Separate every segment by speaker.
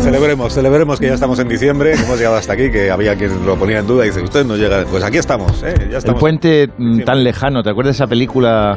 Speaker 1: celebremos, celebremos que ya estamos en diciembre, que hemos llegado hasta aquí, que había quien lo ponía en duda y dice, ustedes no llegan. Pues aquí estamos, ¿eh? ya estamos.
Speaker 2: El puente sí. tan lejano, ¿te acuerdas de esa película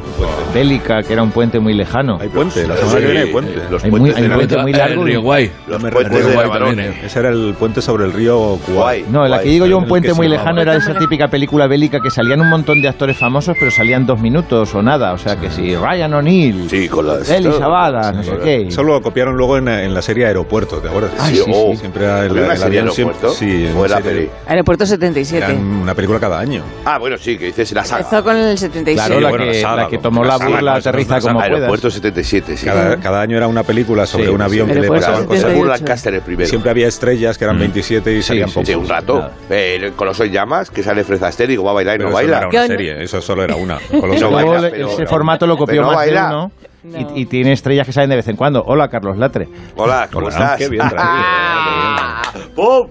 Speaker 2: bélica que era un puente muy lejano?
Speaker 1: Hay puente, la semana sí, que viene hay puente.
Speaker 2: Los hay puentes muy,
Speaker 3: Ah,
Speaker 2: hay un puente
Speaker 3: eh,
Speaker 2: muy largo.
Speaker 4: El río Guay. Los
Speaker 1: puentes, puentes de Guay Barón, eh. Ese era el puente sobre el río Guay.
Speaker 2: No, la que digo yo, un puente muy lejano, era esa típica película bélica que salían un montón de actores famosos, pero salían dos minutos o nada. O sea que sí, pues Ryan O'Neill,
Speaker 4: sí, con la
Speaker 2: Eli Sabada, no sé qué.
Speaker 1: Eso lo copiaron luego en, en la serie Aeropuerto, ¿te acuerdas?
Speaker 2: Ah, sí, sí,
Speaker 4: oh.
Speaker 1: sí, siempre era el, el avión siempre,
Speaker 4: sí, o era peli.
Speaker 5: Aeropuerto 77.
Speaker 1: una película cada año.
Speaker 4: Ah, bueno, sí, que dices la saga.
Speaker 5: Empezó con el 77.
Speaker 2: Claro, la, bueno, que, la, saga, la que, tomó la burla aterriza como puedas.
Speaker 4: Aeropuerto 77, sí.
Speaker 1: Cada, cada, año era una película sobre un avión que le pasaban cosas.
Speaker 4: Según Lancaster el primero.
Speaker 1: Siempre había estrellas que
Speaker 2: Mm.
Speaker 1: eran 27 y salían pocos.
Speaker 4: Sí, un rato. Eh, con los hoy llamas, que sale Fred Astaire y va a bailar y no baila.
Speaker 1: Eso era una serie, eso solo era una.
Speaker 2: Ese formato lo copió más ¿no? No. Y, y, tiene estrellas que salen de vez en cuando. Hola, Carlos Latre.
Speaker 4: Hola, ¿cómo Hola, estás?
Speaker 1: Qué bien, ah,
Speaker 4: ¡Pum!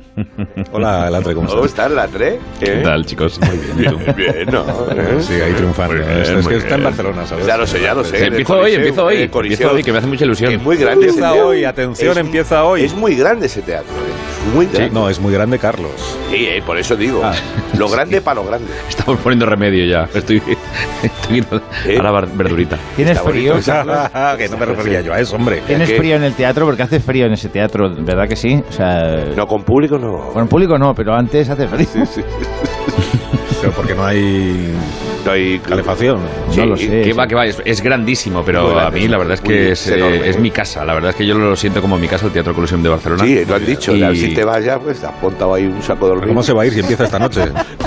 Speaker 1: Hola, Latre, ¿cómo estás?
Speaker 4: ¿Cómo estás, Latre?
Speaker 3: ¿Qué, ¿Qué tal, chicos? Muy bien, ¿y tú?
Speaker 4: bien, ¿no? ¿Eh?
Speaker 1: Eh, Sí, ahí triunfando. Bien, es, es que está en Barcelona, ¿sabes?
Speaker 4: Ya lo sé, ya lo sé.
Speaker 3: Empiezo hoy, empiezo hoy. Empiezo hoy, que me hace mucha ilusión.
Speaker 4: Es muy grande
Speaker 1: empieza
Speaker 4: ese
Speaker 1: hoy, atención, es, empieza hoy.
Speaker 4: Es muy grande ese teatro, ¿eh? Muy grande.
Speaker 1: Sí, no, es muy grande, Carlos.
Speaker 4: Sí, eh, por eso digo. Ah. Lo grande para lo grande.
Speaker 3: Estamos poniendo remedio ya. Estoy, estoy ¿Eh? a la verdurita.
Speaker 2: ¿Tienes frío?
Speaker 1: que no me refería yo a eso, hombre.
Speaker 2: ¿Tienes frío en el teatro? Porque hace frío en ese teatro, ¿verdad que sí? O sea,
Speaker 4: no, con público no.
Speaker 2: Con público no, pero antes hace frío. Sí, sí.
Speaker 1: pero porque no hay
Speaker 4: no hay
Speaker 1: calefacción.
Speaker 2: Sí, no lo sé.
Speaker 3: Que va, que va, es, es grandísimo, pero grande, a mí la verdad es que es, eh, es, mi casa. La verdad es que yo lo siento como mi casa, el Teatro Coliseum de Barcelona.
Speaker 4: Sí, lo han dicho. Y... Si te vas ya, pues te has montado ahí un saco de hormigas.
Speaker 1: ¿Cómo se va a ir si empieza esta noche?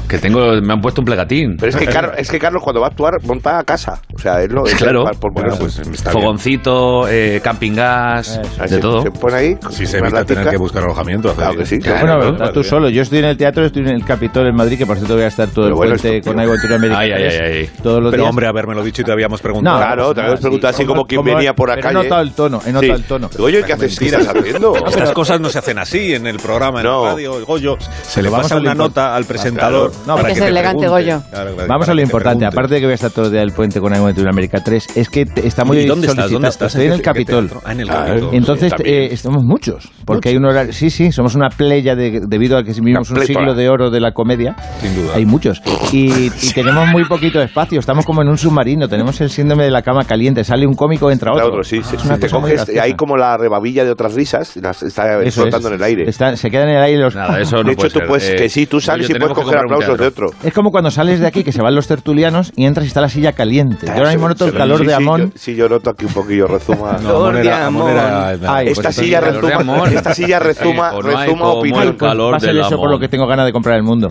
Speaker 3: que tengo, me han puesto un plegatín.
Speaker 4: Pero es que, Carlos, es que Carlos cuando va a actuar, monta a casa. O sea, es lo es
Speaker 3: Claro, por claro pues, fogoncito, eh, camping gas, Así, de todo.
Speaker 4: Se pone ahí.
Speaker 1: Si se evita tener que buscar alojamiento.
Speaker 4: Claro que sí.
Speaker 2: Claro, bueno, estás tú solo. Yo estoy en el teatro, estoy en el Capitol en Madrid, que por cierto voy a estar todo el puente con Agricultura Americana.
Speaker 3: Ahí, ahí.
Speaker 2: Todos los
Speaker 1: pero
Speaker 2: días.
Speaker 1: hombre, haberme lo dicho y te habíamos preguntado.
Speaker 4: No, claro, te habíamos preguntado así como quién venía por acá.
Speaker 2: He notado el tono, he notado sí. el tono.
Speaker 4: Goyo, ¿qué haces? ¿Qué estás haciendo?
Speaker 1: Estas cosas no se hacen así en el programa, en no. la radio. Goyo, se le pasa una nota al presentador.
Speaker 5: No, para que es elegante, Goyo. Claro,
Speaker 2: para Vamos para a lo importante. Aparte de que voy a estar todo el día del puente con Agua de América 3, es que te, está muy
Speaker 1: ¿Y dónde estás? ¿Dónde estás?
Speaker 2: Estoy en el Capitol.
Speaker 1: Ah, en el Capitol.
Speaker 2: Entonces, eh, estamos muchos. Porque hay un horario. Sí, sí, somos una playa debido a que vivimos un siglo de oro de la comedia.
Speaker 1: Sin duda.
Speaker 2: Hay muchos. Y tenemos muy poquito espacio, estamos como en un submarino, tenemos el síndrome de la cama caliente, sale un cómico, entra otro. Ah,
Speaker 4: otro sí, sí, es una cosa coges, hay como la rebabilla de otras risas, las está eso flotando es, en el aire.
Speaker 2: Está, se quedan en el aire los...
Speaker 3: Nada, eso no
Speaker 4: de hecho,
Speaker 3: puede
Speaker 4: tú
Speaker 3: ser.
Speaker 4: puedes, eh, que sí, tú sales y puedes coger aplausos de otro.
Speaker 2: Es como cuando sales de aquí, que se van los tertulianos y entras y está la silla caliente.
Speaker 4: Ah,
Speaker 2: Claro, yo ahora mismo noto el calor
Speaker 4: sí,
Speaker 2: de Amón.
Speaker 4: Sí, yo, noto aquí un poquillo, rezuma.
Speaker 2: no, Amón era, Amón era,
Speaker 4: Ay, esta, pues silla rezuma, esta silla rezuma, rezuma opinión.
Speaker 2: Pásale pues, eso por lo que tengo ganas de comprar el mundo.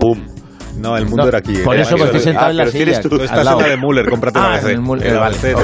Speaker 4: Pum.
Speaker 1: No, el mundo
Speaker 2: no,
Speaker 1: era aquí.
Speaker 2: Por
Speaker 1: era
Speaker 2: eso, porque estoy sentado ah, en la silla.
Speaker 1: Tú, tú estás en la de Müller, cómprate una ah, BC.
Speaker 2: Müller,
Speaker 1: la BC,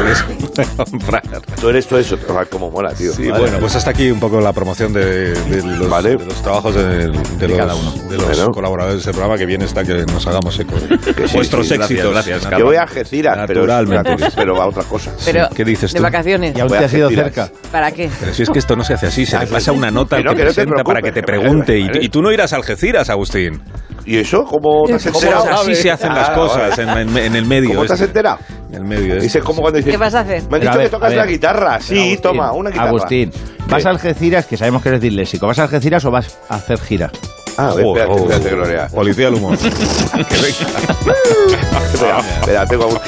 Speaker 1: vale.
Speaker 4: Tú eres todo eso, como mola, tío.
Speaker 1: Sí, vale. bueno, pues hasta aquí un poco la promoción de, de, los, vale. de los, trabajos de, de los, cada uno. los bueno. colaboradores del programa, que bien está que nos hagamos eco de sí, vuestros sí, éxitos.
Speaker 4: Gracias, gracias, Yo voy a Algeciras,
Speaker 1: Naturalmente.
Speaker 4: Pero, pero a otra cosa.
Speaker 5: Pero,
Speaker 1: ¿Qué dices tú?
Speaker 5: De vacaciones.
Speaker 2: Y aún te has ido cerca.
Speaker 5: ¿Para qué?
Speaker 1: Pero si es que esto no se hace así, se
Speaker 4: Ah,
Speaker 1: le pasa una nota al que presenta para que te pregunte. Y tú no irás a Algeciras, Agustín.
Speaker 4: ¿Y eso? ¿Cómo te has enterado? Ah,
Speaker 1: Así se hacen las cosas eh, en, en, en el medio. este?
Speaker 4: ¿Cómo te has enterado?
Speaker 1: En el medio. este.
Speaker 4: Dice, como cuando dices,
Speaker 5: ¿Qué vas a hacer?
Speaker 4: Me han dicho ver, que tocas la guitarra. Sí, Agustín, toma, una guitarra.
Speaker 2: Agustín, ¿vas a Algeciras, que sabemos que eres disléxico, ¿vas a Algeciras o vas a hacer giras?
Speaker 4: Ah, a ver, oh, espérate, espérate, oh, Gloria.
Speaker 1: Policía del humor.
Speaker 4: Espera, tengo un...
Speaker 1: un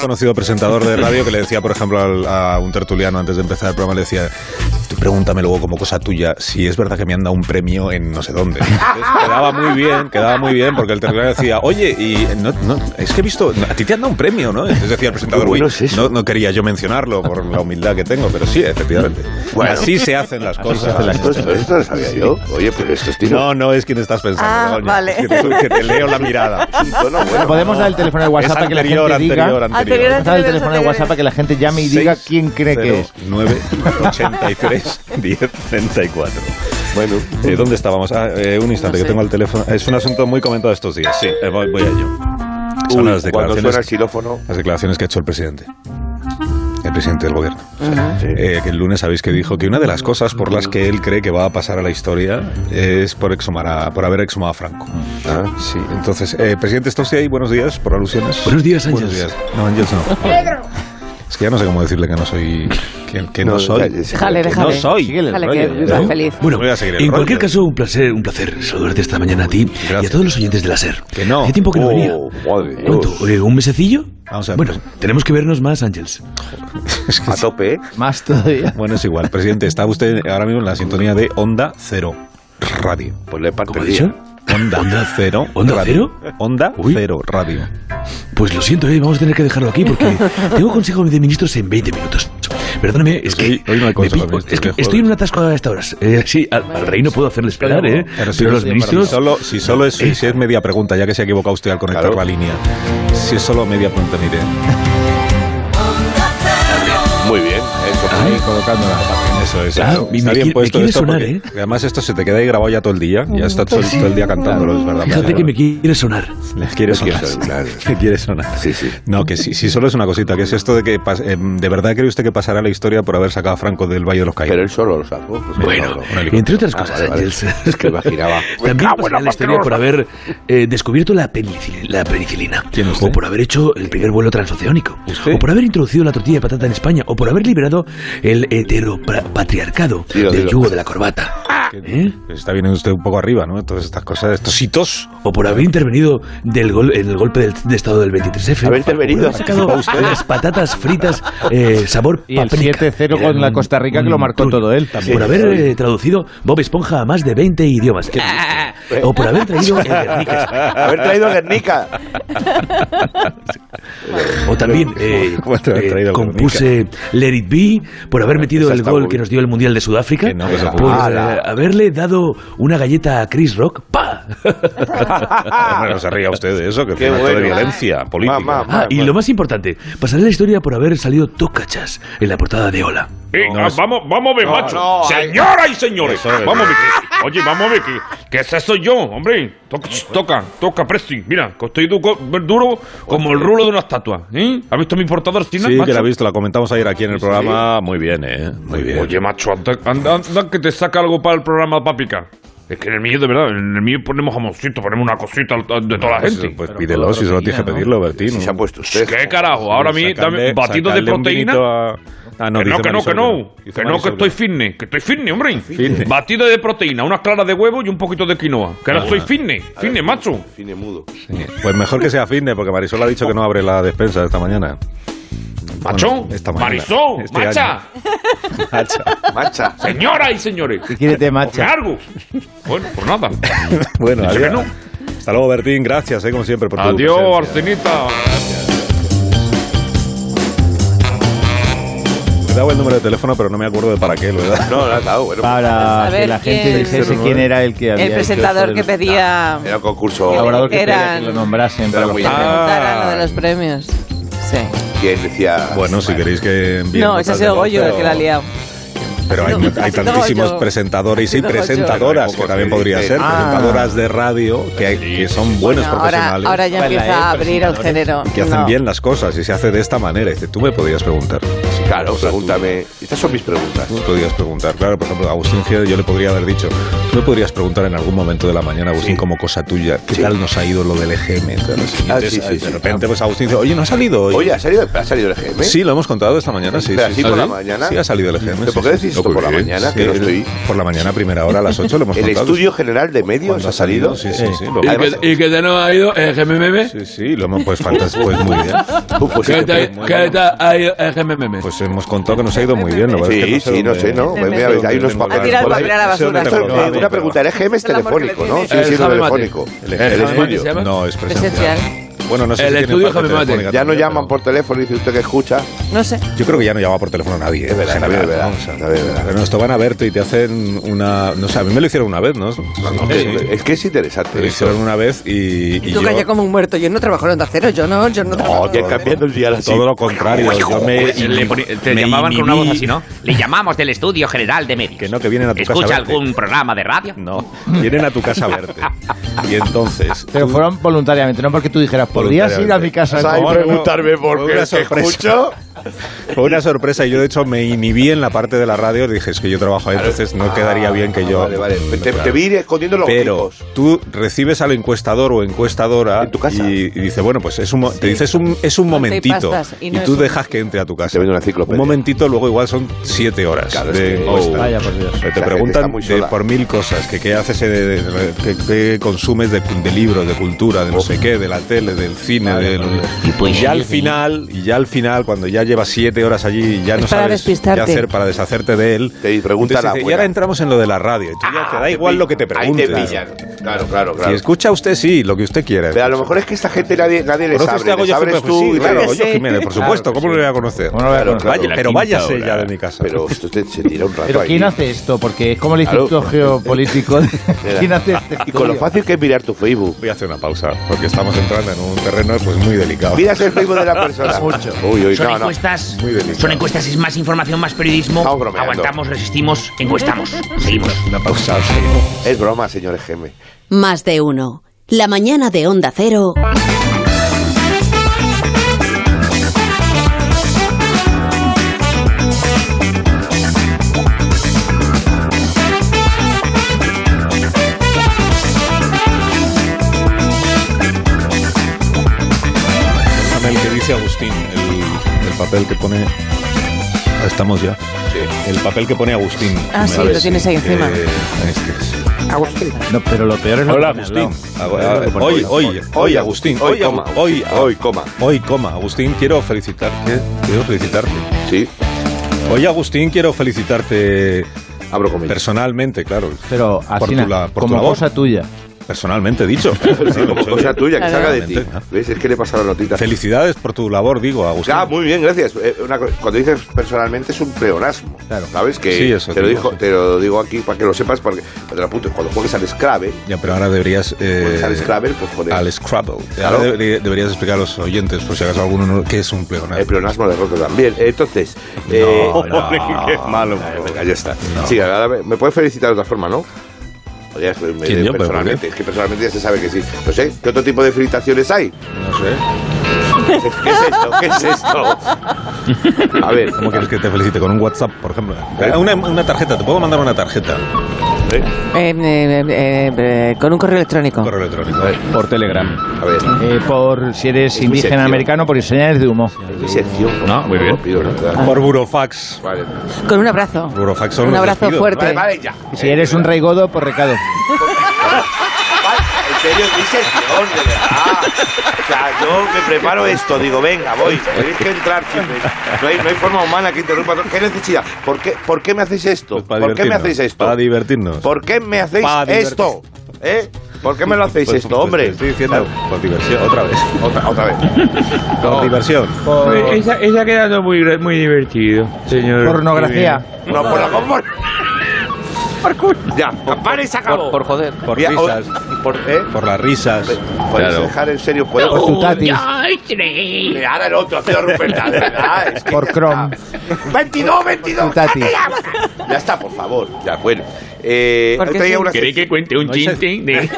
Speaker 1: conocido presentador de radio que le decía, por ejemplo, al, a un tertuliano antes de empezar el programa, le decía, tú pregúntame luego como cosa tuya si es verdad que me han dado un premio en no sé dónde. Entonces, quedaba muy bien, quedaba muy bien, porque el tertuliano decía, oye, y no, no, es que he visto, a ti te han dado un premio, ¿no? Entonces decía el presentador,
Speaker 4: bueno
Speaker 1: "Uy,
Speaker 4: es eso".
Speaker 1: no, no quería yo mencionarlo por la humildad que tengo, pero sí, efectivamente.
Speaker 4: Bueno.
Speaker 1: así se hacen las cosas.
Speaker 4: Ah, Esto, esto- esto lo sabía yo. Oye, pero esto es tino.
Speaker 1: No, no es quien estás pensando.
Speaker 5: Ah,
Speaker 1: Begoña.
Speaker 5: vale.
Speaker 1: Que te, que te leo la mirada.
Speaker 4: Bueno, bueno.
Speaker 2: Podemos dar el teléfono de
Speaker 1: es
Speaker 2: WhatsApp para Pues que la gente
Speaker 1: anterior,
Speaker 2: diga.
Speaker 1: anterior,
Speaker 5: Anterior,
Speaker 1: anterior.
Speaker 2: Vamos a dar el teléfono de WhatsApp para que la gente llame y diga quién cree que es.
Speaker 1: 9, 83, 10, 34.
Speaker 4: Bueno.
Speaker 1: Eh, ¿Dónde estábamos? Ah, eh, un instante,
Speaker 5: No
Speaker 1: que
Speaker 5: sé.
Speaker 1: tengo el teléfono. Es un asunto muy comentado estos días. Sí, eh, voy, voy a ello. Son
Speaker 4: Uy, cuando suena
Speaker 1: las
Speaker 4: el
Speaker 1: declaraciones,
Speaker 4: xilófono.
Speaker 1: las declaraciones que ha hecho el presidente. El presidente del gobierno. Eh, que el lunes sabéis que dijo que una de las cosas por las que él cree que va a pasar a la historia es por exhumar a- por haber exhumado a Franco.
Speaker 4: Ah.
Speaker 1: Sí, entonces, eh, presidente, ¿está usted ahí? Buenos días, por alusiones.
Speaker 3: Buenos días,
Speaker 1: Buenos
Speaker 3: Ángels.
Speaker 1: días. No, Ángels no. Es que ya no sé cómo decirle que no soy. que, que no, soy.
Speaker 4: es-
Speaker 5: Déjale,
Speaker 4: que-
Speaker 5: déjale.
Speaker 1: No soy.
Speaker 2: Síguele el
Speaker 5: Déjale que
Speaker 2: rollo,
Speaker 5: viva
Speaker 1: ¿eh?
Speaker 5: feliz.
Speaker 1: Bueno, voy a seguir el
Speaker 6: en
Speaker 1: rollo.
Speaker 6: cualquier caso, un placer, un placer saludarte esta mañana a ti y
Speaker 1: Gracias.
Speaker 6: a todos los oyentes de la SER.
Speaker 1: Que no.
Speaker 6: Hace tiempo que no
Speaker 4: Oh,
Speaker 6: venía.
Speaker 4: madre de
Speaker 6: ¿Cuánto?
Speaker 4: Dios.
Speaker 6: Eh, ¿Un mesecillo?
Speaker 1: Vamos a ver.
Speaker 6: Bueno, tenemos que vernos más, Ángels.
Speaker 1: Es que
Speaker 4: A tope, ¿eh?
Speaker 2: Más todavía.
Speaker 1: Bueno, es igual. Presidente, está usted ahora mismo en la sintonía de Onda Cero Radio.
Speaker 4: Ponle parte
Speaker 6: ¿Cómo ha
Speaker 4: del
Speaker 6: dicho?
Speaker 4: día.
Speaker 1: Onda, Cero.
Speaker 6: ¿Onda
Speaker 1: Radio. Onda
Speaker 6: Uy.
Speaker 1: Cero Radio.
Speaker 6: Pues lo siento, eh, vamos a tener que dejarlo aquí porque tengo consejo de ministros en 20 minutos. Perdóname, es
Speaker 1: Pues hoy-
Speaker 6: que,
Speaker 1: hoy no hay
Speaker 6: me
Speaker 1: consejo de
Speaker 6: pico-
Speaker 1: ministros,
Speaker 6: es que
Speaker 1: qué joder.
Speaker 6: estoy en un atasco a estas horas. Eh, sí, al, al rey no puedo hacerle esperar, ¿eh? Pero,
Speaker 1: si,
Speaker 6: los ministros...
Speaker 1: solo, si solo es, si es media pregunta, ya que se ha equivocado usted al conectar
Speaker 4: Eh. Claro.
Speaker 1: la línea. Si es solo media pregunta, mire.
Speaker 4: Muy bien, eso.
Speaker 1: Ahí colocándola. Ah. Eso es.
Speaker 6: Claro,
Speaker 1: eso.
Speaker 6: me-
Speaker 1: está
Speaker 6: me
Speaker 1: bien
Speaker 6: quiere-
Speaker 1: puesto
Speaker 6: me quiere
Speaker 1: esto.
Speaker 6: sonar,
Speaker 1: porque-
Speaker 6: ¿eh?
Speaker 1: porque Además, esto se te queda ahí grabado ya todo el día. Ya está todo, todo el día cantándolo, es verdad.
Speaker 6: Fíjate que me quiere sonar.
Speaker 1: Les quiere sonar.
Speaker 4: quiere sonar.
Speaker 1: Le quiere sonar.
Speaker 4: Sí, sí.
Speaker 1: No, que sí, sí, solo es una cosita, que es esto de que pas- em, de verdad cree usted que pasará la historia por haber sacado a Franco del Valle de los
Speaker 4: Pero él
Speaker 1: Caídos.
Speaker 4: solo lo sacó. Pues
Speaker 6: Bueno,
Speaker 1: helicóptero.
Speaker 6: entre otras
Speaker 4: Ah,
Speaker 6: cosas,
Speaker 4: vale, vale.
Speaker 6: Ángels.
Speaker 4: Es que imaginaba. Me
Speaker 6: También
Speaker 4: cago en
Speaker 6: pasará
Speaker 4: la
Speaker 6: la historia
Speaker 4: patrona.
Speaker 6: por haber eh, descubierto la, penicil- la penicilina.
Speaker 1: ¿Quién usted?
Speaker 6: O por haber hecho el primer vuelo transoceánico.
Speaker 1: ¿Usted?
Speaker 6: O por haber introducido la tortilla de patata en España. O por haber liberado el heteropatriarcado
Speaker 4: Dilo,
Speaker 6: del
Speaker 4: dilo.
Speaker 6: yugo de la corbata. ¿Eh?
Speaker 1: Está bien usted un poco arriba, ¿no? Todas estas cosas, estos hitos.
Speaker 6: O por haber intervenido del gol- en el golpe del, de estado del 23F.
Speaker 4: Haber
Speaker 6: O por
Speaker 4: intervenido.
Speaker 6: haber sacado las patatas fritas eh, sabor
Speaker 2: Y el
Speaker 6: paprika.
Speaker 2: 7-0 con
Speaker 6: Era
Speaker 2: la
Speaker 6: un-
Speaker 2: Costa Rica que lo
Speaker 6: un
Speaker 2: marcó
Speaker 6: truño.
Speaker 2: todo él
Speaker 6: Por
Speaker 2: también.
Speaker 6: haber eh, traducido Bob Esponja a más de 20 idiomas. Ah, o por haber traído el Guernica.
Speaker 4: Haber traído a Guernica.
Speaker 6: O también eh,
Speaker 1: ¿Cómo te lo han
Speaker 6: eh,
Speaker 1: traído,
Speaker 6: compuse Let It Be por haber metido
Speaker 4: esa
Speaker 6: el
Speaker 4: está
Speaker 6: gol
Speaker 4: muy-
Speaker 6: que nos dio el Mundial de Sudáfrica.
Speaker 1: Que no, que eso fue-
Speaker 6: por
Speaker 2: Ah,
Speaker 4: ¡Hala!
Speaker 6: eh, haberle dado una galleta a Chris Rock. ¡Pa!
Speaker 1: Hombre, no se ría usted de eso, que fue
Speaker 4: Qué
Speaker 1: un acto de
Speaker 4: bueno.
Speaker 1: violencia política.
Speaker 4: Mamá, mamá.
Speaker 6: Ah, y lo más importante, pasaré la historia por haber salido tocachas en la portada de Ola.
Speaker 7: Eh, ah, vamos, vamos a ver, macho.
Speaker 4: no, ay.
Speaker 7: Señoras y señores,
Speaker 1: Eso es.
Speaker 7: vamos a ver. que- oye, vamos a ver. Que, que ese soy yo, hombre. Toca,
Speaker 1: pues.
Speaker 7: toca, toca, Presti. Mira, que estoy duro, duro como el rulo de una estatua. ¿eh? ¿Has visto mi portador
Speaker 1: Sí,
Speaker 7: final,
Speaker 1: que
Speaker 7: macho?
Speaker 1: la ha visto, la comentamos ayer aquí en el programa. Muy bien, ¿eh? Muy bien.
Speaker 7: Oye, pues macho, anda, anda- anda que te saca algo para el programa Papica. Es que en el mío, de verdad, en el mío ponemos jamoncito, ponemos una cosita al- al- de toda la
Speaker 1: pues,
Speaker 7: gente.
Speaker 1: pues pídelo, si solo tienes que pedirlo, Bertín.
Speaker 4: Si se ha puesto usted.
Speaker 7: ¿Qué carajo? Ahora a mí, dame batido de proteína.
Speaker 1: Ah, no,
Speaker 7: que no,
Speaker 1: dice
Speaker 7: que no, que
Speaker 1: Marisol
Speaker 7: no.
Speaker 1: Dice
Speaker 7: Que no, que
Speaker 1: Marisol
Speaker 7: estoy
Speaker 1: no.
Speaker 7: fitness. Que estoy fitness, hombre.
Speaker 1: Fitness.
Speaker 7: Batido de proteína, unas claras de huevo y un poquito de quinoa. Que ahora estoy fitness. Fitness, macho.
Speaker 4: Cine mudo.
Speaker 1: Pues mejor que sea fitness, porque Marisol ha dicho que no abre la despensa esta mañana.
Speaker 7: Macho.
Speaker 1: esta mañana,
Speaker 7: Marisol.
Speaker 1: este
Speaker 7: Macha.
Speaker 1: año. Hacha.
Speaker 4: Macha.
Speaker 7: Señoras y señores.
Speaker 2: Quiere te
Speaker 7: Come
Speaker 2: marcha.
Speaker 7: algo. Bueno, pues nada.
Speaker 1: Bueno,
Speaker 7: Dicho
Speaker 1: adiós.
Speaker 7: que no.
Speaker 1: Hasta luego, Bertín. Gracias, eh, como siempre, por tu
Speaker 7: Adiós,
Speaker 1: presencia.
Speaker 7: Arsenita.
Speaker 1: Te daba el número de teléfono, pero no me acuerdo de para qué lo he dado.
Speaker 4: No, no, claro, bueno.
Speaker 1: Ah.
Speaker 2: Para
Speaker 5: Saber
Speaker 2: que la gente
Speaker 5: quién-
Speaker 2: dijese quién era el que había
Speaker 5: El
Speaker 2: hecho
Speaker 5: presentador
Speaker 2: eso
Speaker 5: que
Speaker 2: del-
Speaker 5: pedía.
Speaker 4: Era un concurso.
Speaker 2: colaborador que pedía
Speaker 5: Eran-
Speaker 2: que lo nombrasen para
Speaker 4: Era
Speaker 2: los
Speaker 4: muy-
Speaker 5: Que preguntaran lo de
Speaker 1: Ah.
Speaker 5: los premios. Sí.
Speaker 4: ¿Quién decía?
Speaker 1: Bueno, si queréis que envíe
Speaker 5: No,
Speaker 1: notas
Speaker 5: ese ha
Speaker 1: de
Speaker 5: sido
Speaker 1: voz,
Speaker 5: Goyo el
Speaker 1: pero-
Speaker 5: que la ha liado.
Speaker 1: Pero hay,
Speaker 5: No,
Speaker 1: hay
Speaker 5: ha sido
Speaker 1: tantísimos
Speaker 5: Goyo.
Speaker 1: presentadores
Speaker 5: Ha
Speaker 1: y
Speaker 5: sido Goyo.
Speaker 1: presentadoras, que también podría ser,
Speaker 2: Ah.
Speaker 1: presentadoras de radio, que, hay- que son buenos
Speaker 5: Bueno, ahora,
Speaker 1: profesionales.
Speaker 5: ahora ya
Speaker 2: Bueno,
Speaker 5: empieza a
Speaker 2: eh,
Speaker 5: abrir el género.
Speaker 1: Que hacen
Speaker 5: No.
Speaker 1: bien las cosas y se hace de esta manera. Dice, tú me podías preguntar.
Speaker 4: Claro, pregúntame. Estas son mis preguntas.
Speaker 1: Tú me podías preguntar. Claro, por ejemplo, a Agustín Gil yo le podría haber dicho, tú me podrías preguntar en algún momento de la mañana, Agustín, como cosa tuya, ¿qué tal nos ha ido lo del E EGM? Entonces,
Speaker 4: Ah,
Speaker 1: entonces,
Speaker 4: sí, sí,
Speaker 1: de
Speaker 4: sí.
Speaker 1: repente, pues Agustín dice, oye, ¿no ha salido hoy.
Speaker 4: Oye, ¿ha salido, ha salido el GM?
Speaker 1: Sí, lo hemos contado esta mañana, sí.
Speaker 4: Pero
Speaker 1: sí,
Speaker 4: así
Speaker 1: sí.
Speaker 4: por la
Speaker 1: ¿Ah, sí?
Speaker 4: mañana.
Speaker 1: Sí, ha salido el EGM.
Speaker 4: ¿Pero
Speaker 1: sí,
Speaker 4: por qué
Speaker 1: sí.
Speaker 4: decís esto
Speaker 3: Ocurre,
Speaker 4: por la
Speaker 3: ¿eh?
Speaker 4: mañana,
Speaker 1: Sí,
Speaker 4: que no
Speaker 1: el-
Speaker 4: estoy.
Speaker 1: Por la mañana, a primera hora, a las 8 lo hemos
Speaker 4: El
Speaker 1: contado.
Speaker 4: estudio general de medios
Speaker 1: ¿Cuándo
Speaker 4: ha salido.
Speaker 1: Sí, sí, sí. Lo,
Speaker 4: Además-
Speaker 8: ¿Y que te no ha ido el GMM?
Speaker 1: sí, sí, lo hemos pues, fantas- pues muy bien.
Speaker 4: Uh, pues sí
Speaker 8: ¿Qué
Speaker 4: que-
Speaker 8: te qué te ha ido el GMM?
Speaker 1: Pues hemos contado que nos ha ido muy bien. lo que pasa es
Speaker 4: Sí,
Speaker 1: que
Speaker 4: sí, no
Speaker 1: dónde-
Speaker 4: sé, ¿no?
Speaker 1: dónde-
Speaker 4: Mira,
Speaker 1: dónde
Speaker 4: hay unos
Speaker 1: tengo
Speaker 4: papeles
Speaker 5: Tira el
Speaker 1: guardado.
Speaker 5: papel a la
Speaker 1: No sé dónde
Speaker 5: basura.
Speaker 1: tengo
Speaker 4: Esto,
Speaker 1: guardado,
Speaker 4: eh, una
Speaker 1: pero-
Speaker 4: pregunta, ¿el EGM es
Speaker 5: El amor que le
Speaker 4: telefónico, no?
Speaker 5: tiene.
Speaker 4: Sigue
Speaker 8: El
Speaker 4: siendo
Speaker 8: Jaime Mate.
Speaker 4: telefónico.
Speaker 1: El
Speaker 8: ¿El
Speaker 1: estudio.
Speaker 8: estudio se llama?
Speaker 1: No, es presencial.
Speaker 5: Presencial.
Speaker 1: Bueno, no sé
Speaker 8: El
Speaker 1: si tiene
Speaker 8: estudio
Speaker 1: parte
Speaker 8: Jaime Mate.
Speaker 1: telefónica
Speaker 4: Ya no
Speaker 1: también,
Speaker 4: llaman
Speaker 1: pero-
Speaker 4: por teléfono, dice usted que escucha.
Speaker 5: No sé.
Speaker 1: Yo creo que ya no llama por teléfono nadie.
Speaker 4: Es verdad,
Speaker 1: en general,
Speaker 4: es verdad,
Speaker 1: ¿no? O sea,
Speaker 4: es verdad.
Speaker 1: pero esto van a verte y te hacen una. No sé, a mí me lo hicieron una vez, ¿no? Sí.
Speaker 4: Es que es interesante.
Speaker 1: Me lo
Speaker 4: esto.
Speaker 1: hicieron una vez y. y
Speaker 5: Y tú
Speaker 1: yo-
Speaker 5: calla como un muerto. Yo no trabajo en Onda Cero. Yo no, yo no trabajo Eh,
Speaker 4: No,
Speaker 5: en
Speaker 4: que
Speaker 5: Onda Cero.
Speaker 4: cambiando el día a las
Speaker 1: Todo lo contrario, yo
Speaker 7: Eh,
Speaker 1: pues, me.
Speaker 3: Pues, Le poni- te
Speaker 1: me
Speaker 3: llamaban con una
Speaker 1: inhibí.
Speaker 3: voz así, ¿no? Le llamamos del Estudio General de Medios.
Speaker 1: Que no, que vienen a tu casa
Speaker 3: ¿Escucha
Speaker 1: a verte.
Speaker 3: algún programa de radio?
Speaker 1: No, vienen a tu casa a verte. Y entonces.
Speaker 2: Pero
Speaker 1: tú-
Speaker 2: fueron voluntariamente, no porque tú dijeras, podrías ir a mi casa.
Speaker 1: Voluntariamente.
Speaker 4: Ay,
Speaker 1: No, no, no.
Speaker 4: preguntarme por
Speaker 1: Fue
Speaker 4: qué
Speaker 1: una
Speaker 4: es que
Speaker 1: sorpresa.
Speaker 4: escucho.
Speaker 1: Fue una sorpresa y yo, de hecho, me inhibí en la parte de la radio. Dije, es que yo trabajo ahí, entonces no quedaría bien
Speaker 3: Ah,
Speaker 1: que yo.
Speaker 4: Vale, vale. Te, te vi escondiendo los
Speaker 1: Pero
Speaker 4: tipos.
Speaker 1: tú recibes al encuestador o encuestadora
Speaker 4: En tu casa.
Speaker 1: Y, y dice, bueno, pues es un, mo- te dice, es un, es un momentito.
Speaker 5: pastas
Speaker 1: Y,
Speaker 5: y no
Speaker 1: tú
Speaker 5: es un-
Speaker 1: dejas que entre a tu
Speaker 4: Se
Speaker 1: casa.
Speaker 4: vende una enciclopedia.
Speaker 1: Un momentito, luego igual son siete horas
Speaker 4: Claro, es
Speaker 1: de
Speaker 4: que-
Speaker 1: encuesta.
Speaker 2: Vaya, por Dios.
Speaker 1: Que
Speaker 4: La
Speaker 1: te
Speaker 4: gente está
Speaker 1: preguntan
Speaker 4: muy
Speaker 1: de-
Speaker 4: sola.
Speaker 1: por mil cosas, que qué haces, eh, de- de- que qué consumes de, de libros, de cultura, de no
Speaker 4: Oh.
Speaker 1: sé qué, de la tele, del cine, del-
Speaker 4: pues
Speaker 1: y ya al final, y ya al final, cuando ya llevas siete horas allí y ya
Speaker 5: Es
Speaker 1: no
Speaker 5: para
Speaker 1: sabes qué
Speaker 5: despistarte.
Speaker 1: hacer para deshacerte de él,
Speaker 4: Te preguntan
Speaker 1: entonces
Speaker 4: la
Speaker 1: dice, y
Speaker 4: buena".
Speaker 1: ahora entramos en lo de la radio, y tú ya te da igual lo que te
Speaker 4: Ah,
Speaker 1: preguntes.
Speaker 4: Ahí te pillan. Claro, claro,
Speaker 1: Si
Speaker 4: claro.
Speaker 1: escucha usted, sí, lo que usted quiera.
Speaker 4: Pero a lo mejor es que esta gente nadie, nadie les
Speaker 1: ¿Conoce usted
Speaker 4: abre.
Speaker 1: a
Speaker 4: Les
Speaker 1: Goyo
Speaker 4: abres tú
Speaker 1: Jiménez? Sí,
Speaker 4: y
Speaker 1: claro,
Speaker 4: claro.
Speaker 1: Goyo Jiménez, por supuesto. ¿Cómo lo voy a conocer?
Speaker 2: ¿Cómo no lo voy a
Speaker 4: Claro,
Speaker 2: conocer?
Speaker 4: claro.
Speaker 1: Vaya, pero
Speaker 3: quinta
Speaker 1: váyase
Speaker 3: hora.
Speaker 1: ya de mi casa.
Speaker 4: Pero usted se tira un rato
Speaker 2: Pero
Speaker 4: ahí.
Speaker 2: ¿quién hace esto? Porque es como el
Speaker 4: Claro.
Speaker 2: Instituto Geopolítico. ¿Quién hace este
Speaker 4: Y con lo
Speaker 2: estudio?
Speaker 4: fácil que es mirar tu Facebook.
Speaker 1: Voy a hacer una pausa, porque estamos entrando en un terreno pues muy delicado.
Speaker 4: Miras el Facebook de la persona. Mucho. Uy, uy,
Speaker 9: Son
Speaker 4: no, no.
Speaker 9: encuestas,
Speaker 1: Muy delicado.
Speaker 9: son encuestas, es más información, más periodismo.
Speaker 4: Estamos bromeando.
Speaker 9: Aguantamos, resistimos, encuestamos. Seguimos.
Speaker 1: Una pausa.
Speaker 4: Es broma, señores Gm.
Speaker 10: Más de uno. La mañana de Onda Cero
Speaker 1: Déjame el que dice Agustín, el, el papel que pone. Ah, Estamos ya. El papel que pone Agustín.
Speaker 5: Ah, sí, lo tienes ahí encima.
Speaker 1: Eh, este, sí.
Speaker 2: No, pero lo peor es lo
Speaker 1: Hola,
Speaker 2: que me han
Speaker 1: Agustín.
Speaker 2: hablado.
Speaker 1: Ah, ah, Hoy, hoy, hoy, Agustín. Hoy,
Speaker 4: coma.
Speaker 1: hoy,
Speaker 4: hoy, coma.
Speaker 1: hoy, coma. Agustín, quiero felicitarte. Quiero felicitarte.
Speaker 4: Sí,
Speaker 1: Hoy, Agustín, quiero felicitarte
Speaker 4: abro comillas.
Speaker 1: personalmente, claro.
Speaker 2: Pero así
Speaker 1: tu la- por tu
Speaker 2: como
Speaker 1: labor.
Speaker 2: cosa tuya.
Speaker 1: Personalmente dicho.
Speaker 4: Sí, como cosa tuya, que
Speaker 5: Claro.
Speaker 4: salga de ti. ¿Ves? Es que le pasa la notita.
Speaker 1: Felicidades por tu labor, digo, Agustín.
Speaker 4: Ah, muy bien, gracias. Eh, una co- cuando dices personalmente es un pleonasmo.
Speaker 1: Claro.
Speaker 4: ¿Sabes? Que
Speaker 1: Sí, eso
Speaker 4: te, lo
Speaker 1: digo.
Speaker 4: dijo, te lo digo aquí para que lo sepas, porque te lo apunto. Cuando juegues al Scrabble,
Speaker 1: Ya, pero ahora deberías.
Speaker 4: juegues al
Speaker 1: Eh,
Speaker 4: Scrabble, pues joder.
Speaker 1: al Scrabble.
Speaker 4: Claro.
Speaker 1: Ahora debería- deberías explicar a los oyentes, por si acaso alguno no, qué es un pleonasmo.
Speaker 4: El pleonasmo de roto también. Entonces, eh,
Speaker 1: no.
Speaker 4: qué malo. Eh, venga, ya está.
Speaker 1: No.
Speaker 4: Sí, ahora me, me puedes felicitar de otra forma, ¿no? O ya, me-
Speaker 1: ¿Quién yo? ¿Pero por qué?
Speaker 4: personalmente, es que personalmente ya se sabe que sí. No sé, ¿qué otro tipo de felicitaciones hay?
Speaker 1: No sé.
Speaker 4: ¿Qué es esto? ¿Qué es esto? A ver,
Speaker 1: ¿Cómo quieres que te felicite? ¿Con un WhatsApp, por ejemplo? Ah, Una, una tarjeta, te puedo mandar una tarjeta.
Speaker 4: ¿eh?
Speaker 5: Eh, eh, eh, eh, con un correo electrónico.
Speaker 1: Correo electrónico.
Speaker 4: Eh.
Speaker 2: Por Telegram.
Speaker 4: a ver.
Speaker 2: Eh, por si eres
Speaker 4: Es mi
Speaker 2: indígena
Speaker 4: sección.
Speaker 2: americano, por señales de humo.
Speaker 4: Mi sección,
Speaker 3: No,
Speaker 4: por favor,
Speaker 3: muy bien.
Speaker 4: pido, la verdad.
Speaker 1: Por burofax.
Speaker 4: Vale,
Speaker 5: Con un abrazo.
Speaker 1: Burofax son
Speaker 5: Un
Speaker 1: los
Speaker 5: abrazo
Speaker 1: despidos.
Speaker 5: fuerte.
Speaker 4: vale, vale, ya.
Speaker 2: Si eres un rey godo, por recado.
Speaker 4: Vale, En serio, mi sección, de verdad. O sea, yo me preparo esto, digo, venga, voy, tenéis que entrar, chicos. No hay, no hay forma humana que interrumpa. ¿Qué necesidad? ¿Por qué, por qué me hacéis esto?
Speaker 1: Pues para
Speaker 4: ¿Por qué me
Speaker 1: divertirnos,
Speaker 4: hacéis esto?
Speaker 1: para divertirnos.
Speaker 4: ¿Por qué me hacéis
Speaker 1: Para divertir-
Speaker 4: esto? ¿Eh? ¿Por qué me lo hacéis
Speaker 1: Pues,
Speaker 4: esto,
Speaker 1: pues, te
Speaker 4: hombre?
Speaker 1: Estoy diciendo
Speaker 4: Claro,
Speaker 1: por diversión, otra vez.
Speaker 4: Otra, otra vez.
Speaker 1: Por diversión.
Speaker 8: Está, quedando muy, muy divertido, señor.
Speaker 2: Pornografía.
Speaker 4: No, por la por... Ya, para y se acabó.
Speaker 3: Por joder.
Speaker 1: Por
Speaker 4: Ya, o-
Speaker 1: risas.
Speaker 4: Por, ¿eh?
Speaker 1: Por las risas.
Speaker 4: ¿Podéis
Speaker 3: Claro.
Speaker 4: dejar en serio? ¿Puedo?
Speaker 2: Por tu tatis.
Speaker 9: Ay, sí.
Speaker 4: Mira, Ahora el otro, haciendo Ruperta, de verdad. es que
Speaker 2: Por
Speaker 4: ya
Speaker 2: Chrome.
Speaker 4: está. 22, 22.
Speaker 2: Tati.
Speaker 4: Ya está, por favor. Ya, bueno. Eh,
Speaker 5: Porque
Speaker 4: hoy traía
Speaker 5: sí.
Speaker 4: una
Speaker 9: ¿Queréis que cuente un chiste? de-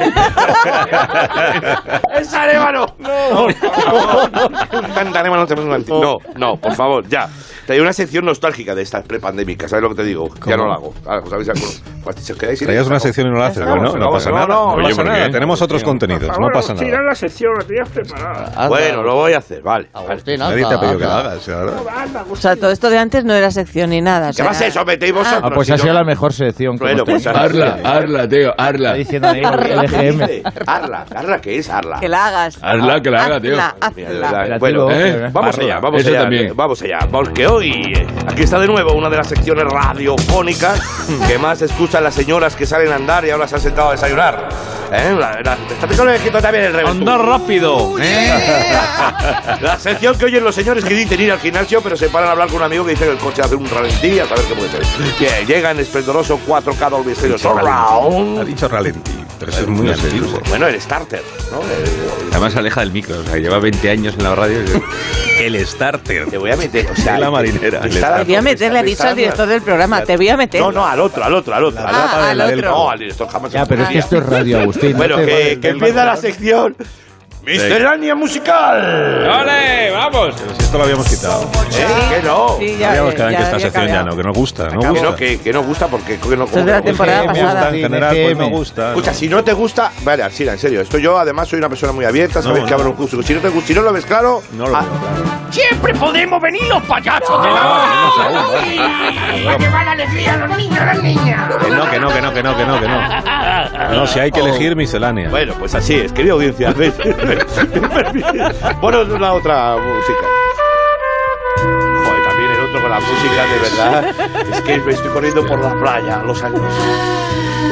Speaker 4: ¡Es arévalo! No, por favor. Un tan arévalo se me hace un anti- No, no, por favor, ya. Traía una sección nostálgica de estas prepandémicas, ¿sabes lo que te digo? Ya no la hago. Ahora, os habéis acordado. Pues, si os quedáis sin
Speaker 1: Traías
Speaker 4: esta,
Speaker 1: una
Speaker 4: no.
Speaker 1: sección y no la haces.
Speaker 4: No,
Speaker 1: Bueno,
Speaker 4: se
Speaker 1: no
Speaker 4: acabó,
Speaker 1: pasa
Speaker 4: se acabó,
Speaker 1: nada.
Speaker 4: no,
Speaker 1: No
Speaker 4: no
Speaker 1: pasa
Speaker 4: pasa
Speaker 1: nada. Tenemos otros contenidos. No pasa nada.
Speaker 8: la sección, la tenías preparada.
Speaker 4: Bueno, Bueno, lo voy a hacer, vale.
Speaker 5: Agustín, Nadie anda, te ha pedido que anda. lo
Speaker 4: hagas, ¿verdad?
Speaker 5: O sea, todo esto de antes no era sección ni nada. o
Speaker 4: ¿Qué
Speaker 5: sea-
Speaker 4: más eso metéis vosotros?
Speaker 2: Ah, pues ha
Speaker 4: si
Speaker 2: sido
Speaker 4: no-
Speaker 2: la mejor selección. que
Speaker 4: Bueno,
Speaker 2: hemos
Speaker 4: pues
Speaker 2: tenido.
Speaker 4: Arla,
Speaker 7: Arla, tío, Arla.
Speaker 2: Está diciendo ahí el E
Speaker 4: Dice,
Speaker 2: EGM.
Speaker 4: Arla, Arla, ¿qué es Arla?
Speaker 5: Que la hagas.
Speaker 7: Arla, que la haga, tío.
Speaker 5: Hazla,
Speaker 4: Mira, de
Speaker 5: hazla.
Speaker 4: verdad,
Speaker 2: Relativo,
Speaker 4: Bueno,
Speaker 7: ¿eh?
Speaker 4: vamos
Speaker 7: Barra,
Speaker 4: allá, vamos
Speaker 7: eso
Speaker 4: allá,
Speaker 7: también.
Speaker 4: vamos allá, porque hoy eh, aquí está de nuevo una de las secciones radiofónicas que más escuchan las señoras que salen a andar y ahora se han sentado a desayunar. ¿Eh? La- la- Esta sección le quito también el revés.
Speaker 7: Andar rápido. ¿Eh?
Speaker 4: La sección que oyen los señores que dicen ir al gimnasio, pero se paran a hablar con un amigo que dice que el coche hace un ralentí, a saber qué puede ser. Bien, llegan esplendoroso 4K Dolby Stereo
Speaker 1: Ha
Speaker 4: Surround.
Speaker 1: dicho ralentí. Pero eso es muy
Speaker 3: no sé,
Speaker 1: antiguo.
Speaker 4: Bueno, el starter, ¿no? El-
Speaker 3: Además se aleja del micro, o sea, lleva 20 años en la radio.
Speaker 1: El starter.
Speaker 4: Te voy a meter, o sea,
Speaker 1: la marinera.
Speaker 4: te está
Speaker 5: Te voy a meter, le ha dicho al director del programa, te voy a meter.
Speaker 4: No, no, al otro, al otro, al otro.
Speaker 5: Ah,
Speaker 4: otro.
Speaker 5: al otro.
Speaker 4: No, al director jamás.
Speaker 2: Ya, pero es que esto es radio, Agustín. no
Speaker 4: Bueno,
Speaker 2: te vale
Speaker 4: que,
Speaker 2: el E
Speaker 4: que
Speaker 2: tema.
Speaker 4: empieza la sección. Miscelánea musical.
Speaker 7: ¡Ole! ¡Vamos!
Speaker 1: Pero si pues esto lo habíamos quitado.
Speaker 4: ¿Eh? Que no.
Speaker 5: Sí, ya,
Speaker 1: Habíamos
Speaker 5: eh,
Speaker 1: quedado en que esta
Speaker 5: había
Speaker 1: sección ya
Speaker 5: cambiado.
Speaker 1: no, que no gusta. No
Speaker 4: Que no,
Speaker 1: gusta.
Speaker 4: que, que no gusta porque que no,
Speaker 5: Esto es de la
Speaker 4: como-
Speaker 2: E
Speaker 5: temporada
Speaker 1: Me
Speaker 5: pasada.
Speaker 1: gusta en general, pues
Speaker 2: FM.
Speaker 1: no gusta.
Speaker 4: Escucha, si no te gusta, vale, Arsila, en serio. Esto yo además soy una persona muy abierta, sabes
Speaker 1: No,
Speaker 4: que
Speaker 1: no.
Speaker 4: abro un curso. Si no te gusta, si no lo ves claro,
Speaker 1: No lo
Speaker 4: ah,
Speaker 1: veo.
Speaker 9: ¡Siempre podemos venir los payasos de la
Speaker 7: Ah.
Speaker 9: ¡Ay! ¡A llevar alegría a los niños y a las niñas!
Speaker 1: Que no, que no, que no, que no, que no, que no. No, si hay que elegir miscelánea.
Speaker 4: Bueno, pues así es, querida audiencia. ¿ves? bueno, la otra música. Joder, también el otro con la música, de verdad. Es que me estoy corriendo por la playa, los años.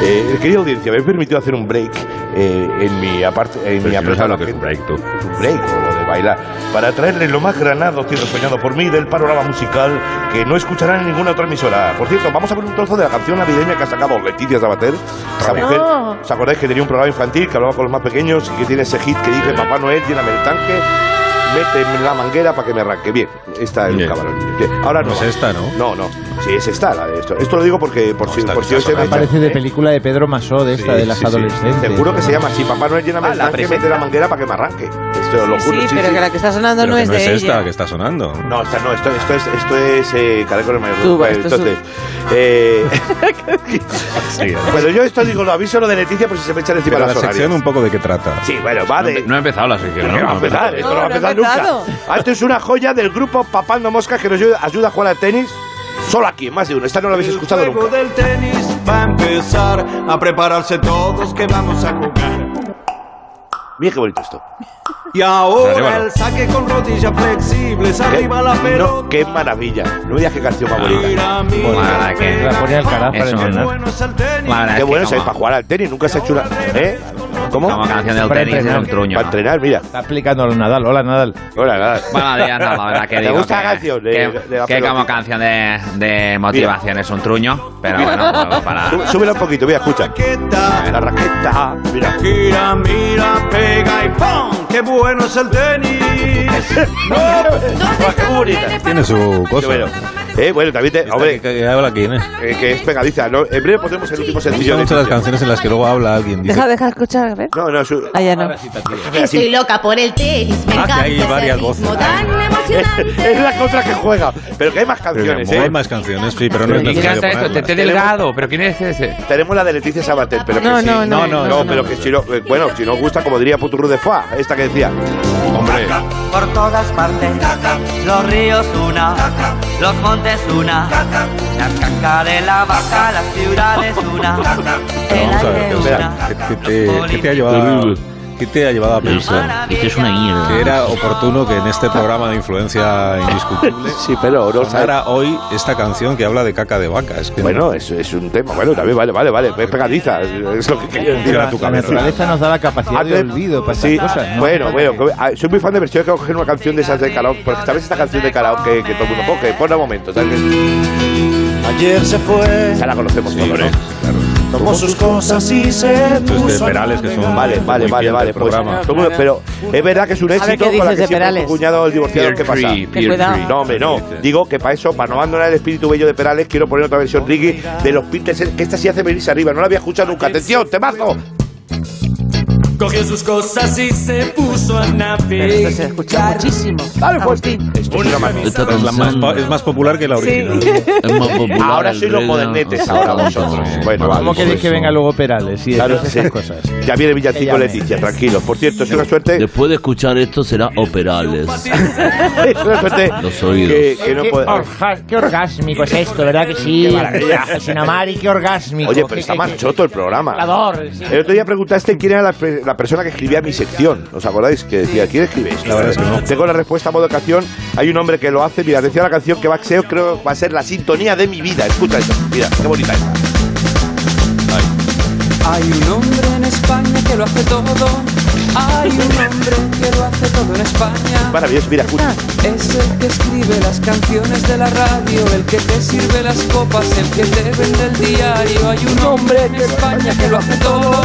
Speaker 4: Eh, querida audiencia, me he permitido hacer un break eh, en mi aparte. En mi
Speaker 3: Pero si no sabes lo
Speaker 4: apartado-
Speaker 3: que es un break, tú.
Speaker 4: un break o lo de bailar, para traerles lo más granado que he soñado por mí del panorama musical que no escucharán en ninguna otra emisora. Por cierto, vamos a ver un trozo de la canción navideña que ha sacado Leticia Sabater. Esa mujer, ¿os acordáis que tenía un programa infantil que hablaba con los más pequeños y que tiene ese hit que dice Papá Noel, lléname el tanque, méteme la manguera para que me arranque? Bien, esta es un
Speaker 3: Bien.
Speaker 4: cabrón. Bien, ahora no.
Speaker 1: No es esta, ¿no?
Speaker 4: No, no. Sí, es esta la de esto. Esto lo digo porque por
Speaker 1: No,
Speaker 4: si,
Speaker 1: esta
Speaker 4: por
Speaker 1: que
Speaker 4: si os
Speaker 1: está
Speaker 4: he
Speaker 1: sonando.
Speaker 2: Parece de
Speaker 4: ¿eh?
Speaker 2: película de Pedro Masó, de esta
Speaker 1: Sí,
Speaker 2: de las
Speaker 1: sí, sí.
Speaker 2: adolescentes.
Speaker 4: Te juro que se llama así, Papá Noel, lléname
Speaker 3: Ah,
Speaker 4: el
Speaker 3: la
Speaker 4: tanque,
Speaker 3: presenta.
Speaker 4: mete la manguera para que me arranque. Esto lo
Speaker 5: Sí,
Speaker 4: juro. sí,
Speaker 5: pero
Speaker 4: sí.
Speaker 5: que la que está sonando
Speaker 1: Pero
Speaker 5: no
Speaker 1: que
Speaker 5: es
Speaker 1: no es
Speaker 5: de
Speaker 1: esta
Speaker 5: ella.
Speaker 1: que está sonando.
Speaker 4: No, esta no, esto, esto es, esto es eh, Caracol Mayor.
Speaker 5: Tú,
Speaker 4: Bueno,
Speaker 5: esto es
Speaker 4: entonces, eh,
Speaker 1: Sí,
Speaker 4: bueno, yo esto digo, lo aviso lo de Leticia por si se me echan encima
Speaker 1: Pero la
Speaker 4: las
Speaker 1: sección
Speaker 4: horarias.
Speaker 1: un poco de qué trata.
Speaker 4: Sí, bueno, va de...
Speaker 3: No ha empezado la sección,
Speaker 4: Pero
Speaker 3: ¿no?
Speaker 4: que va a empezar, esto no, va a
Speaker 5: No, no
Speaker 4: empezar
Speaker 5: ha empezado.
Speaker 4: nunca. Ah, Esto es una joya del grupo Papando Moscas que nos ayuda, ayuda a jugar al tenis. Solo aquí, en más de uno. Esta no la habéis escuchado
Speaker 11: El juego
Speaker 4: nunca.
Speaker 11: del tenis va a empezar a prepararse todos que vamos a jugar.
Speaker 4: Mira qué bonito esto.
Speaker 11: Y
Speaker 3: Arriba,
Speaker 11: ahora
Speaker 3: ¿no?
Speaker 11: el saque con rodillas flexibles,
Speaker 4: ¿Qué?
Speaker 11: arriba la
Speaker 4: No,
Speaker 11: pelota.
Speaker 4: qué maravilla. No me digas qué canción
Speaker 3: Ah,
Speaker 4: más bonita.
Speaker 11: Mira, mira,
Speaker 3: Mala que-
Speaker 11: mira,
Speaker 2: La pone Alcaraz para
Speaker 3: Eso,
Speaker 11: qué
Speaker 2: entrenar.
Speaker 11: bueno es el tenis.
Speaker 3: Madre,
Speaker 4: Qué
Speaker 3: es que
Speaker 4: bueno sois
Speaker 3: como-
Speaker 4: para jugar al tenis. Nunca se ha hecho una... ¿Eh? ¿Cómo?
Speaker 3: Como
Speaker 4: Para
Speaker 3: canción del
Speaker 2: Para
Speaker 3: tenis es
Speaker 2: entrenar.
Speaker 3: un truño.
Speaker 4: entrenar, mira.
Speaker 2: Está aplicando lo Nadal. Hola, Nadal.
Speaker 4: Hola, nada.
Speaker 3: Bueno, ya no, la verdad que
Speaker 4: ¿Te
Speaker 3: digo
Speaker 4: gusta
Speaker 3: que-
Speaker 4: la canción de-
Speaker 3: que,
Speaker 4: de la
Speaker 3: que como
Speaker 4: pelotita?
Speaker 3: canción de, de motivación es un truño, pero bueno, bueno, para...
Speaker 4: Sú- Súbela un poquito, mira, escucha.
Speaker 11: Raqueta,
Speaker 4: La raqueta, mira.
Speaker 11: gira, mira, pega y ¡pum! ¡Qué bueno es el tenis!
Speaker 4: Ah, ¡Qué bonita!
Speaker 1: Tiene su
Speaker 4: Qué
Speaker 1: cosa.
Speaker 4: bueno. Eh, bueno, también te,
Speaker 1: Esta
Speaker 4: hombre,
Speaker 1: que, que habla aquí, ¿no?
Speaker 4: eh, que es pegadiza. ¿no? En breve pondremos el último
Speaker 1: Me
Speaker 4: sencillo.
Speaker 1: gustan
Speaker 4: de
Speaker 1: mucho las
Speaker 4: Leticia.
Speaker 1: canciones en las que luego habla alguien. Dice,
Speaker 5: Deja, deja escuchar, a ver.
Speaker 4: No, no, su-
Speaker 5: Ah, ya no.
Speaker 12: Estoy loca por el tenis, me
Speaker 1: Ah, que
Speaker 12: encanta
Speaker 1: hay
Speaker 12: ese
Speaker 1: varias
Speaker 12: ritmo
Speaker 1: voces.
Speaker 12: tan emocionante.
Speaker 4: es la contra que juega. Pero que hay más
Speaker 1: pero mi
Speaker 4: canciones,
Speaker 1: amor,
Speaker 4: ¿eh?
Speaker 1: hay más canciones, sí, pero no
Speaker 5: Me
Speaker 1: es
Speaker 3: Me
Speaker 1: necesario
Speaker 3: encanta esto,
Speaker 1: ponerlas.
Speaker 3: Tete Delgado, pero ¿quién es ese?
Speaker 4: Tenemos la de Leticia Sabater, pero
Speaker 5: No,
Speaker 4: que sí.
Speaker 5: no, no,
Speaker 4: no,
Speaker 5: no, no,
Speaker 4: pero
Speaker 5: no.
Speaker 4: que si no, eh, bueno, si no os gusta, como diría Puturru de Foa, esta que decía. Hombre,
Speaker 13: Por todas partes, los ríos una, los montes una, las cacas de la vaca, las ciudades una, el
Speaker 1: Vamos a ver,
Speaker 13: aire
Speaker 1: o sea,
Speaker 13: una.
Speaker 1: ¿qué, qué te, qué te ha llevado, qué te ha llevado a pensar?
Speaker 13: Esto es una
Speaker 1: Que era oportuno que en este programa de influencia indiscutible
Speaker 4: sí, pero no sabe-
Speaker 1: sonara hoy esta canción que habla de caca de vaca. Es que
Speaker 4: Bueno, es, es un tema. Bueno, también vale, vale, vale. Es pegadiza. Es, es lo que quería decir.
Speaker 1: Tira tu
Speaker 2: La
Speaker 1: cabeza.
Speaker 2: naturaleza nos da la capacidad de
Speaker 4: Antes-
Speaker 2: olvido para
Speaker 4: Ah, sí,
Speaker 2: estas cosas. ¿no?
Speaker 4: Bueno, bueno, que- ah, soy muy fan de versión que coger una canción de esas de karaoke, porque sabes esta canción de karaoke que todo el mundo coge, ponla un momento, ¿sabes?
Speaker 11: Ayer se fue,
Speaker 4: Ya la conocemos todos,
Speaker 1: hombre.
Speaker 4: ¿no?
Speaker 11: tomó sus cosas y se
Speaker 1: Esto es
Speaker 11: puso
Speaker 1: de
Speaker 11: a
Speaker 1: Perales, que son
Speaker 4: Pues Vale, vale,
Speaker 1: muy
Speaker 4: vale,
Speaker 1: fiel
Speaker 4: vale.
Speaker 1: Ah,
Speaker 4: Pues,
Speaker 1: del programa.
Speaker 4: todo el mundo- pero es verdad que es un
Speaker 5: A ver,
Speaker 4: éxito
Speaker 5: ¿qué
Speaker 4: con la
Speaker 5: dices
Speaker 4: que
Speaker 5: de
Speaker 4: siempre
Speaker 5: Perales? Ah.
Speaker 4: tu cuñado el divorciado que pasa.
Speaker 3: Tree,
Speaker 5: Ten cuidado.
Speaker 3: Tree.
Speaker 4: No, hombre, no. Digo que para eso, para no abandonar el espíritu bello de Perales, quiero poner otra
Speaker 5: Oh,
Speaker 4: versión Ricky de los Beatles, que esta sí hace venirse arriba, no la había escuchado nunca. ¡Atención, temazo!
Speaker 14: Cogió sus cosas y se puso a navegar.
Speaker 5: Pero esto se escucha muchísimo.
Speaker 1: pues.
Speaker 4: Dale, fuerte.
Speaker 1: Esta es, la más, pa- es más popular que la original.
Speaker 4: Ahora sois los modernetes, ahora vosotros. Bueno,
Speaker 2: ¿Cómo
Speaker 4: vamos.
Speaker 2: queréis que venga luego Perales y
Speaker 4: Pues Claro,
Speaker 2: todas
Speaker 4: sí.
Speaker 2: esas cosas?
Speaker 4: Ya viene Villancico
Speaker 2: Ella
Speaker 4: Leticia, tranquilo. Por cierto, es una suerte.
Speaker 15: Después de escuchar esto será operales.
Speaker 4: es una suerte
Speaker 15: Los oídos.
Speaker 4: que, que no
Speaker 2: qué,
Speaker 4: puede-
Speaker 2: orga- qué orgásmico es esto, ¿verdad que sí?
Speaker 4: Qué maravilla.
Speaker 2: Es una Mari, qué orgásmico.
Speaker 4: Oye,
Speaker 2: Qué-
Speaker 4: pero está
Speaker 2: qué-
Speaker 4: más choto el programa.
Speaker 2: Hablador, sí.
Speaker 4: El otro día preguntaste quién era la, pe- la persona que escribía mi sección. ¿Os acordáis? Que decía, ¿quién escribe esto?
Speaker 1: La verdad es que no.
Speaker 4: Tengo la respuesta a modo canción. Hay un hombre que lo hace. Mira, decía la canción que va a ser, creo que va a ser la sintonía de mi vida. Escucha eso. Mira, qué bonita es.
Speaker 9: Hay un hombre en España que lo hace todo. Hay un hombre que lo hace todo en España.
Speaker 4: Maravilloso, mira, escucha.
Speaker 16: Ah.
Speaker 9: Es el que escribe las canciones de la radio, el que te sirve las copas, el que te vende el diario. Hay un hombre en España que lo hace todo.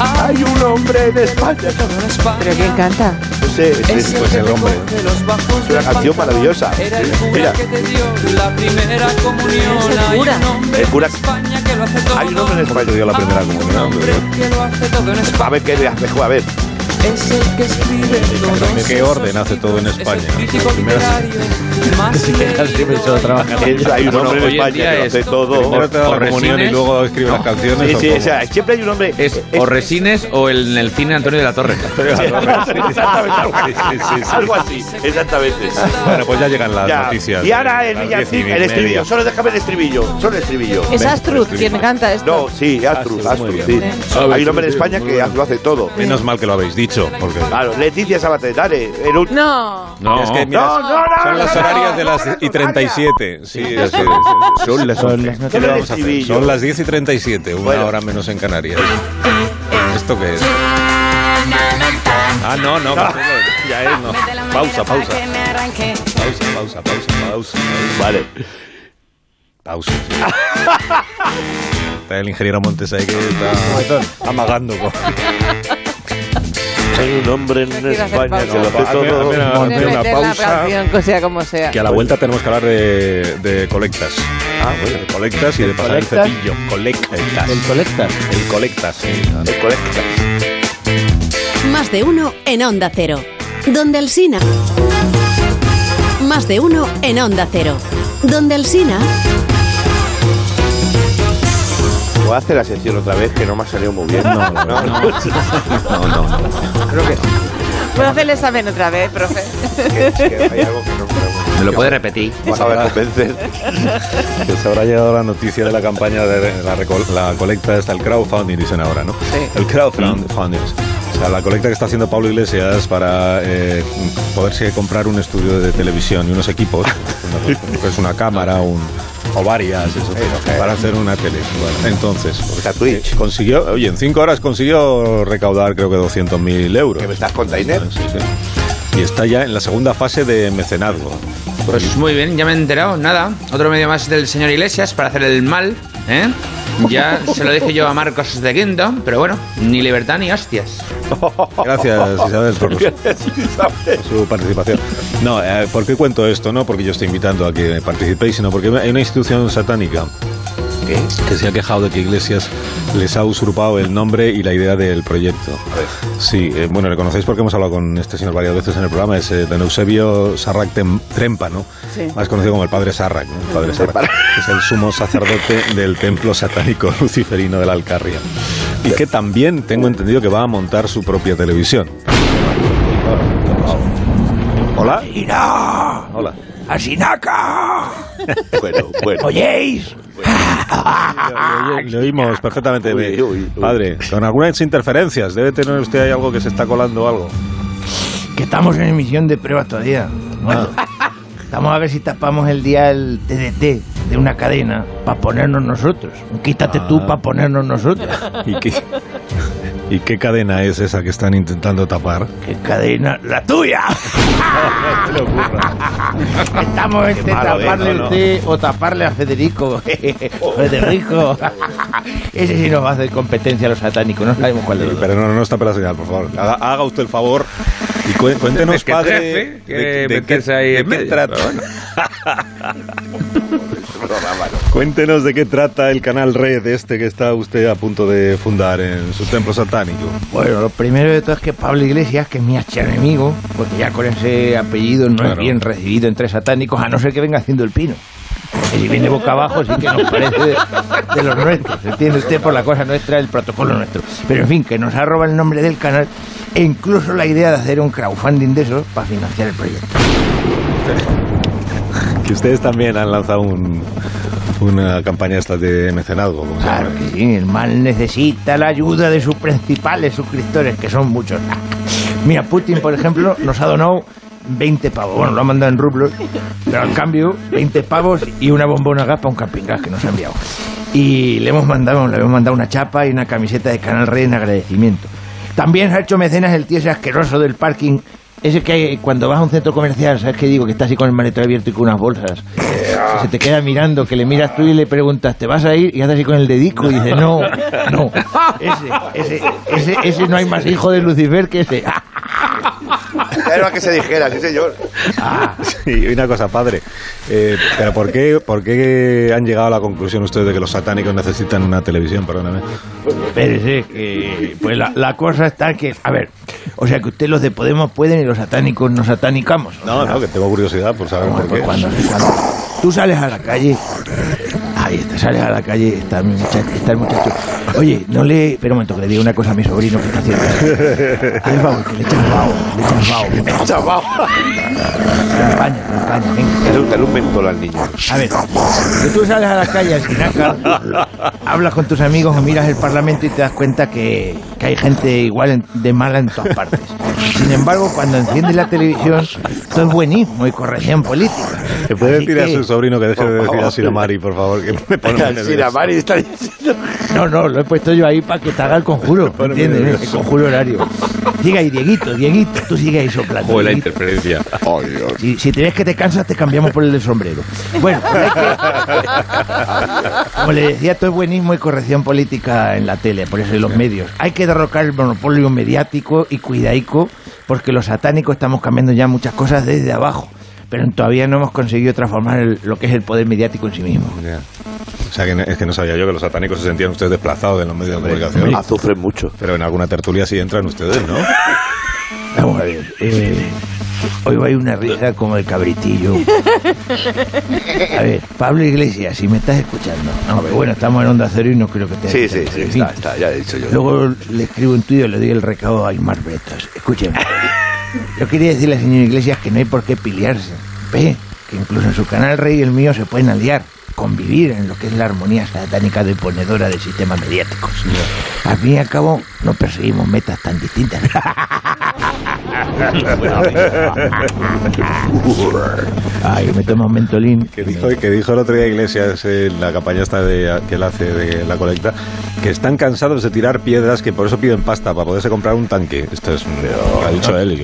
Speaker 9: Hay un hombre en España que lo hace todo en
Speaker 5: Pero quién
Speaker 9: España.
Speaker 5: canta.
Speaker 4: No sé, es,
Speaker 9: Es el
Speaker 4: pues
Speaker 9: que
Speaker 4: el hombre.
Speaker 9: recoge los bajos
Speaker 4: Es
Speaker 9: del
Speaker 4: una canción
Speaker 9: pantalón.
Speaker 4: maravillosa.
Speaker 9: Era el
Speaker 4: Mira.
Speaker 9: cura que te dio la primera comunión. Hay un hombre
Speaker 4: El cura.
Speaker 9: en España que lo hace todo.
Speaker 4: Hay un hombre en España que dio la primera comunión.
Speaker 9: que lo hace todo en
Speaker 4: A ver qué mejor, a ver.
Speaker 9: Es el que escribe
Speaker 1: ¿De qué orden hace todo en España? La primera-
Speaker 4: Es- hay un
Speaker 3: Bueno,
Speaker 4: hombre en
Speaker 3: hoy en
Speaker 4: España
Speaker 3: día
Speaker 4: que lo hace
Speaker 3: es
Speaker 4: todo.
Speaker 1: Primero te da la
Speaker 3: Por
Speaker 1: comunión y
Speaker 3: resines.
Speaker 1: luego escribe las canciones.
Speaker 4: Sí,
Speaker 1: ¿o
Speaker 4: sí,
Speaker 1: cómo?
Speaker 4: o sea, siempre hay un hombre.
Speaker 3: Es o Resines o el- en el cine Antonio de la Torre.
Speaker 4: Exactamente. Algo así, exactamente.
Speaker 1: Bueno, pues ya llegan las
Speaker 4: Ya.
Speaker 1: noticias.
Speaker 4: Y ahora el
Speaker 1: Las diez
Speaker 4: villancico,
Speaker 1: y
Speaker 4: el estribillo.
Speaker 1: media.
Speaker 4: Solo déjame el estribillo. Solo el estribillo.
Speaker 5: Es Astruz
Speaker 1: pues,
Speaker 5: quien canta esto.
Speaker 4: No, sí, Astruz,
Speaker 1: Astruz, muy
Speaker 4: Astruz, sí.
Speaker 1: bien. Ah,
Speaker 4: Hay un hombre en
Speaker 1: sí,
Speaker 4: España
Speaker 1: sí,
Speaker 4: que lo hace todo.
Speaker 1: Menos mal que lo habéis dicho, porque...
Speaker 4: Claro, Leticia Sabater, dale. el ul-
Speaker 5: No.
Speaker 1: No, es que, mira,
Speaker 4: No, no, no,
Speaker 1: son las
Speaker 4: no,
Speaker 1: horarias de las y 37. Sí, es- es- es- son las
Speaker 2: Son
Speaker 1: 11.
Speaker 2: las
Speaker 1: ¿Qué le vamos a hacer?
Speaker 4: estribillo.
Speaker 1: Son las 10 y 37, una
Speaker 4: Bueno.
Speaker 1: hora menos en Canarias. ¿Esto qué es? Ah, no, no, ya es, no. Pausa, pausa. Pausa, pausa, pausa, pausa. pausa.
Speaker 4: Vale.
Speaker 1: Pausa. Está el ingeniero Montes ahí que está amagando. con-
Speaker 4: Hay un hombre en
Speaker 5: quiero hacer
Speaker 4: España que
Speaker 5: pausa.
Speaker 4: lo hace
Speaker 1: Hazme-
Speaker 4: todo.
Speaker 1: hazme una- hazme
Speaker 5: Quiere
Speaker 1: una
Speaker 5: meter la
Speaker 1: pausa.
Speaker 5: canción, que sea como sea.
Speaker 1: Que a la vuelta tenemos que hablar de, de colectas.
Speaker 4: Ah, bueno.
Speaker 1: De colectas y de pasar el
Speaker 2: colectas?
Speaker 1: cepillo. Colectas.
Speaker 2: ¿El colectas?
Speaker 1: El colectas, sí.
Speaker 4: El colectas.
Speaker 10: Más de uno en Onda Cero. Donde el Sina. Más de uno en Onda Cero. Donde el Sina.
Speaker 4: Voy a hacer la sección otra vez que no me ha salido muy bien.
Speaker 1: No, no, no. No, no, no.
Speaker 5: Puedo hacer el examen otra vez, profe.
Speaker 4: Hay algo que no me
Speaker 3: ¿Me lo puede repetir?
Speaker 4: vas a ver convencer.
Speaker 1: Les habrá llegado la noticia de la campaña de la, reco- la colecta, está el crowdfunding, dicen ahora, ¿no?
Speaker 5: Sí.
Speaker 1: El crowdfunding. O sea, la colecta que está haciendo Pablo Iglesias para eh, poderse comprar un estudio de televisión y unos equipos, una, pues una cámara, un, o varias, eso, para hacer una tele. Bueno, entonces,
Speaker 4: Está Twitch.
Speaker 1: eh, consiguió, oye, en cinco horas consiguió recaudar creo que 200.000 euros.
Speaker 4: ¿Que me estás container?
Speaker 1: Sí, sí. Y está ya en la segunda fase de mecenazgo.
Speaker 3: Pues muy bien, ya me he enterado. Nada, otro medio más del señor Iglesias para hacer el mal, ¿eh? Ya se lo dije yo a Marcos de Quinto, pero bueno, ni libertad ni hostias.
Speaker 1: Gracias, Isabel, por los- su participación. No, eh, ¿por qué cuento esto? No porque yo estoy invitando a que participéis, sino porque hay una institución satánica que se ha quejado de que Iglesias les ha usurpado el nombre y la idea del proyecto. Sí, eh, bueno, le conocéis porque hemos hablado con este señor varias veces en el programa, es eh, don Eusebio Sarrac Tem- Trempa, ¿no?
Speaker 5: Sí.
Speaker 1: Más conocido como el Padre Sarrac, ¿no? El Padre Sarrac, que es el sumo sacerdote del templo satánico luciferino de la Alcarria. Y que también tengo entendido que va a montar su propia televisión. Hola. Hola.
Speaker 9: ¡Asinaca!
Speaker 4: Bueno, bueno.
Speaker 9: ¿Oyéis?
Speaker 1: Le oye- le oímos perfectamente.
Speaker 4: Uy, uy, uy.
Speaker 1: Padre, con algunas interferencias, debe tener usted ahí algo que se está colando o algo.
Speaker 2: Que estamos en emisión de pruebas todavía. Bueno, Estamos a ver si tapamos el dial TDT de una cadena para ponernos nosotros. Quítate
Speaker 1: Ah.
Speaker 2: tú para ponernos nosotros.
Speaker 1: ¿Y qué, ¿Y qué cadena es esa que están intentando tapar?
Speaker 2: ¿Qué cadena? ¡La tuya! Estamos entre
Speaker 1: malo, eh,
Speaker 2: taparle
Speaker 1: no,
Speaker 2: el
Speaker 1: no.
Speaker 2: té o taparle a Federico. Federico. Ese sí nos va a hacer competencia a los satánicos. No sabemos cuál es.
Speaker 1: Pero no, no está para la señal, por favor. Haga, haga usted el favor y cu- cuéntenos,
Speaker 7: Es que
Speaker 1: padre,
Speaker 7: trece,
Speaker 1: de,
Speaker 7: que
Speaker 1: de qué,
Speaker 7: meterse ahí
Speaker 1: de
Speaker 7: en
Speaker 1: qué
Speaker 7: medio,
Speaker 1: trata.
Speaker 7: pero bueno.
Speaker 1: Cuéntenos de qué trata el canal Red este que está usted a punto de fundar en su templo satánico.
Speaker 2: Bueno, lo primero de todo es que Pablo Iglesias, que es mi archienemigo, porque ya con ese apellido no es
Speaker 1: Claro.
Speaker 2: bien recibido entre satánicos, a no ser que venga haciendo el pino. Que si viene boca abajo sí que nos parece de, de los nuestros. Entiende usted por la cosa nuestra, el protocolo nuestro. Pero en fin, que nos arroba el nombre del canal e incluso la idea de hacer un crowdfunding de eso para financiar el proyecto.
Speaker 1: Que ustedes también han lanzado un- una campaña esta de mecenazgo. ¿cómo se llama?
Speaker 2: Claro que sí, el mal necesita la ayuda de sus principales suscriptores, que son muchos. Mira, Putin, por ejemplo, nos ha donado 20 pavos. Bueno, lo ha mandado en rublos, pero al cambio, 20 pavos y una bombona gas para un camping gas que nos ha enviado. Y le hemos mandado, le hemos mandado una chapa y una camiseta de Canal Rey en agradecimiento. También se ha hecho mecenas el tío ese asqueroso del parking. Ese que hay- cuando vas a un centro comercial, ¿sabes qué digo? Que está así con el maletero abierto y con unas bolsas. Que se te queda mirando, que le miras tú y le preguntas, ¿te vas a ir? Y hace así con el dedico y dice, no, no. Ese, ese, ese, ese no hay más hijo de Lucifer que ese.
Speaker 4: Ya era que se dijera, sí señor.
Speaker 1: Sí, y una cosa, padre. eh, ¿Pero por qué, por qué han llegado a la conclusión ustedes de que los satánicos necesitan una televisión? Perdóname.
Speaker 2: Espérese, que pues la, la cosa está que, a ver, o sea que ustedes los de Podemos pueden y los satánicos no satanicamos.
Speaker 1: No, no, que tengo curiosidad por saber por qué.
Speaker 2: cuando- cuando tú sales a la calle, ahí está, sales a la calle, está mi muchacho, está el muchacho. Oye, no le, espera un momento que le diga una cosa a mi sobrino que está haciendo. Ahí vamos, que le echas vaho, le echas vaho. Le echas vaho. Campaña, campaña, venga.
Speaker 4: Dale un mentol al niño.
Speaker 2: A ver, que tú sales a la calle al Sinacar, hablas con tus amigos o miras el Parlamento y te das cuenta que, que hay gente igual en- de mala en todas partes. Sin embargo, cuando enciendes la televisión, todo es buenismo y corrección política.
Speaker 1: ¿Le puede
Speaker 2: Así
Speaker 1: decir a
Speaker 2: que-
Speaker 1: su sobrino que deje de decir
Speaker 2: favor.
Speaker 1: a Siramari, por favor? Que me pone muy nervioso.
Speaker 2: Siramari está No, no, lo he puesto yo ahí para que te haga el conjuro, ¿entiendes? El conjuro horario. Sigue ahí, Dieguito, Dieguito, tú sigue ahí soplando.
Speaker 17: Joder, la
Speaker 2: Dieguito.
Speaker 17: interferencia.
Speaker 2: Si, si te ves que te cansas, te cambiamos por el del sombrero. Bueno, pues hay que- como le decía, todo es buenismo y corrección política en la tele, por eso en los medios. Hay que derrocar el monopolio mediático y cuidaico, porque los satánicos estamos cambiando ya muchas cosas desde abajo, pero todavía no hemos conseguido transformar el- lo que es el poder mediático en sí mismo.
Speaker 1: Ya. O sea, que no- es que no sabía yo que los satánicos se sentían ustedes desplazados en los medios de comunicación.
Speaker 2: hombre.
Speaker 1: sufren mucho. Pero en alguna tertulia sí entran ustedes, ¿no?
Speaker 2: Vamos a ver. eh, hoy va a ir una risa como el cabritillo. A ver, Pablo Iglesias, si me estás escuchando. No, pero bueno, estamos en Onda Cero y no creo que te
Speaker 4: Sí, sí,
Speaker 2: escuchen,
Speaker 4: sí,
Speaker 2: en fin.
Speaker 4: está, está, ya he dicho yo.
Speaker 2: Luego le escribo un tuit y le doy el recado a Aymar Betos. Escúcheme. Yo quería decirle al señor Iglesias que no hay por qué pelearse. Ve, que incluso en su canal Rey y el mío se pueden aliar, convivir en lo que es la armonía satánica deponedora de sistemas mediáticos. Al fin y al cabo, no perseguimos metas tan distintas. Ay, me tomo un mentolín.
Speaker 1: Que dijo, que dijo el otro día Iglesias en la campaña esta de, que él hace de la colecta, que están cansados de tirar piedras, que por eso piden pasta, para poderse comprar un tanque. Esto es lo que ha dicho él. y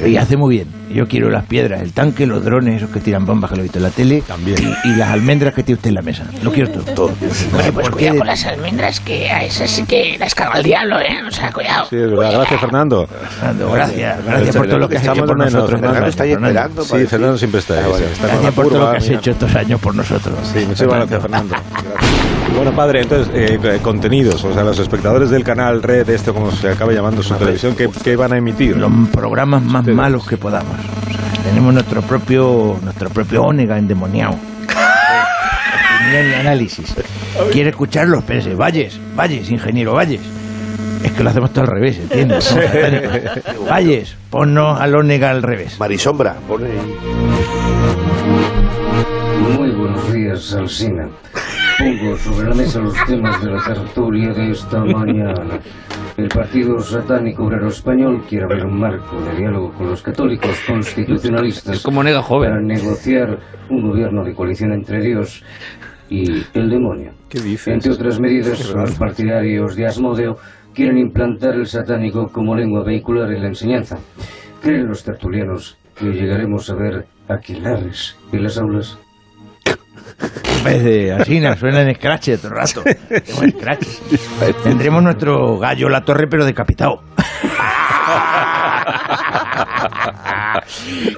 Speaker 1: yo-
Speaker 2: Y hace muy bien. Yo quiero las piedras, el tanque, los drones, esos que tiran bombas que lo he visto en la tele. Y, y las almendras que tiene usted en la mesa. Lo quiero todo. Bueno,
Speaker 18: Pues
Speaker 2: ¿por
Speaker 18: cuidado
Speaker 2: qué?
Speaker 18: con las almendras, que a esas sí que las carga el diablo, ¿eh? O sea, cuidado.
Speaker 1: Sí, es verdad. Gracias, Fernando. Este, Fernando,
Speaker 2: gracias. Gracias por todo lo que has hecho por nosotros, Fernando. Fernando.
Speaker 1: Sí, Fernando siempre está ahí. sí, está con
Speaker 2: Gracias
Speaker 1: la
Speaker 2: por todo
Speaker 1: curva,
Speaker 2: lo que has
Speaker 1: mira.
Speaker 2: hecho estos años por nosotros.
Speaker 1: Sí, muchísimas gracias, Fernando. Gracias. Bueno, padre, entonces, eh, eh, contenidos, o sea, los espectadores del canal Red, esto como se acaba llamando su televisión, ¿qué, qué van a emitir?
Speaker 2: Los programas más malos que podamos. O sea, tenemos nuestro propio, nuestro propio Ónega endemoniado. Opinión y análisis. ¿Quiere escucharlos? Pese, Valles, Valles, ingeniero Valles. Es que lo hacemos todo al revés, ¿entiendes? Somos
Speaker 4: Sí.
Speaker 2: satánicos. Valles, ponnos al Ónega al revés.
Speaker 4: Marisombra, pone.
Speaker 16: Muy buenos días, Alsina. Pongo sobre la mesa los temas de la tertulia de esta mañana. El Partido Satánico Obrero Español quiere abrir un marco de diálogo con los católicos constitucionalistas para negociar un gobierno de coalición entre Dios y el demonio. Entre otras medidas,
Speaker 19: Qué raro.
Speaker 16: los partidarios de Asmodeo quieren implantar el satánico como lengua vehicular en la enseñanza. ¿Creen los tertulianos que llegaremos a ver aquilares en las aulas?
Speaker 2: Parece así, ¿no? suena en Scratch todo el rato. Como Scratch. Tendremos nuestro gallo la torre, pero decapitado.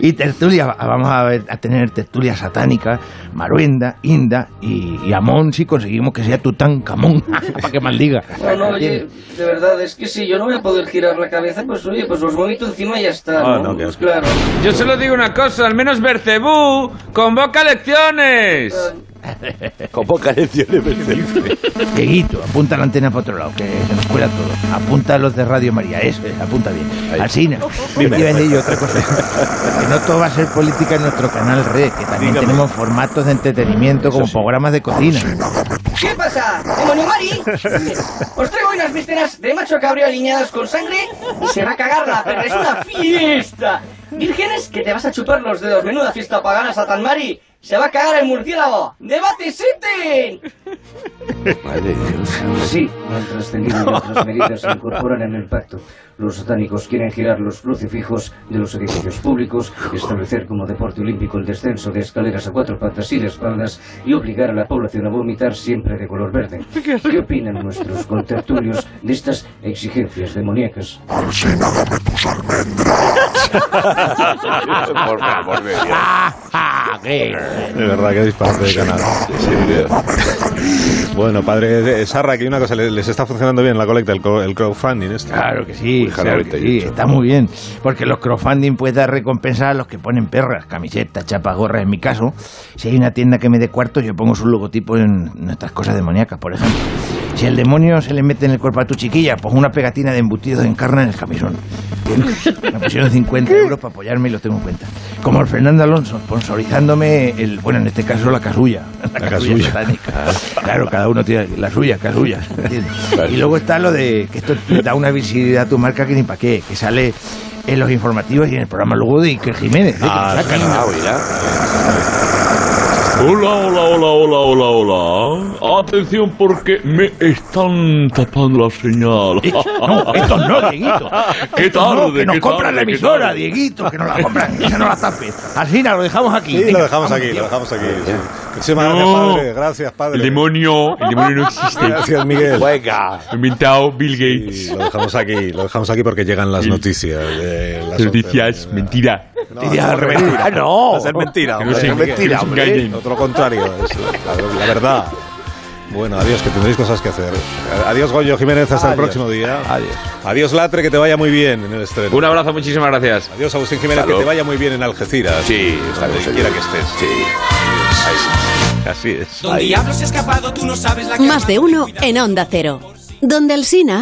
Speaker 2: y tertulia, vamos a, ver- a tener tertulia satánica, Maruenda, Inda y, y Amón, si conseguimos que sea Tutankamón, para que maldiga.
Speaker 17: No, no, oye, de verdad, es que si yo no voy a poder girar la cabeza, pues oye, pues los vomito encima y ya está,
Speaker 7: Ah,
Speaker 17: ¿no?
Speaker 7: no, qué
Speaker 17: Pues
Speaker 7: asco.
Speaker 17: claro.
Speaker 7: Yo solo digo una cosa, al menos Bercebú convoca elecciones.
Speaker 4: Convoca elecciones, Bercebú.
Speaker 2: Dieguito, apunta la antena para otro lado, que se nos cuela todo. Apunta los de Radio María, eso, es, apunta bien. Alcina,
Speaker 4: Dime.
Speaker 2: iba a decir yo otra cosa. Que no todo va a ser política en nuestro canal Red, que también tenemos formatos de entretenimiento como programas de cocina.
Speaker 17: ¿Qué pasa? ¡Demonio Mari! Os traigo unas vísceras de macho cabrío alineadas con sangre y se va a cagarla, pero es una fiesta. Vírgenes, que te vas a chupar los dedos. Menuda fiesta pagana, Satan Mari. Se va a cagar el murciélago. ¡Debate City!
Speaker 16: Pues Sí, han trascendido y otras medidas se incorporan en el pacto. Los satánicos quieren girar los crucifijos de los edificios públicos, establecer como deporte olímpico el descenso de escaleras a cuatro patas y de espaldas y obligar a la población a vomitar siempre de color verde. ¿Qué opinan nuestros contertulios de estas exigencias demoníacas?
Speaker 4: Por favor, de Dios.
Speaker 1: De verdad, que disparate de canal. bueno, padre eh, Sarra, que hay una cosa, le- les está funcionando bien la colecta, el, co- el crowdfunding. Este.
Speaker 2: Claro que sí, claro que sí, está muy bien. Porque los crowdfunding puede dar recompensa a los que ponen perras, camisetas, chapas, gorras, en mi caso. Si hay una tienda que me dé cuartos, yo pongo su logotipo en nuestras cosas demoníacas, por ejemplo. Si el demonio se le mete en el cuerpo a tu chiquilla, pues una pegatina de embutidos en carne en el camisón. Me pusieron 50 euros para apoyarme y lo tengo en cuenta. Como el Fernando Alonso, sponsorizándome el, bueno, en este caso la casulla. La,
Speaker 1: casulla.
Speaker 2: satánica. Ah, Claro, cada uno tiene la suya, casulla. ¿entiendes? Y luego está lo de que esto te da una visibilidad a tu marca que ni para qué, que sale en los informativos y en el programa luego de Iker Jiménez. ¿eh? Que lo sacan.
Speaker 19: Hola, hola, hola, hola, hola, hola. Atención porque me están tapando la señal.
Speaker 2: No, estos no, Dieguito.
Speaker 19: Qué
Speaker 2: Estos no,
Speaker 19: tarde,
Speaker 2: que nos
Speaker 19: qué
Speaker 2: compran
Speaker 19: tarde,
Speaker 2: la
Speaker 19: qué
Speaker 2: emisora,
Speaker 19: tarde.
Speaker 2: Dieguito, que nos la compran, que se nos la tape. Así lo dejamos aquí.
Speaker 1: Sí,
Speaker 2: Venga,
Speaker 1: lo dejamos
Speaker 2: vamos,
Speaker 1: aquí,
Speaker 2: tío.
Speaker 1: lo dejamos aquí. sí. Muchísimas
Speaker 19: No.
Speaker 1: gracias, padre. Gracias, padre.
Speaker 19: El demonio, el demonio no existe.
Speaker 1: Gracias, Miguel.
Speaker 2: Pues.
Speaker 19: Venga. Inventado Bill Gates.
Speaker 1: Lo dejamos aquí, lo dejamos aquí porque llegan las noticias. de las
Speaker 19: Noticias, mentira.
Speaker 1: Noticias al revés.
Speaker 19: Ah,
Speaker 1: no. Va a ser mentira,
Speaker 19: Que
Speaker 1: hombre.
Speaker 19: se-
Speaker 1: Es mentira,
Speaker 19: que no se
Speaker 1: hombre.
Speaker 19: engañen.
Speaker 1: Otro contrario, es la, la verdad. Bueno, adiós, que tendréis cosas que hacer. Adiós, Goyo Jiménez, hasta el
Speaker 7: Adiós.
Speaker 1: próximo día. Adiós. Adiós, Latre, que te vaya muy bien en el estreno.
Speaker 7: Un abrazo, muchísimas gracias.
Speaker 1: Adiós, Agustín Jiménez,
Speaker 7: Salud.
Speaker 1: que te vaya muy bien en Algeciras. Sí, donde quiera que estés. Sí. Así es.
Speaker 10: Más de uno en Onda Cero. Donde el Sina.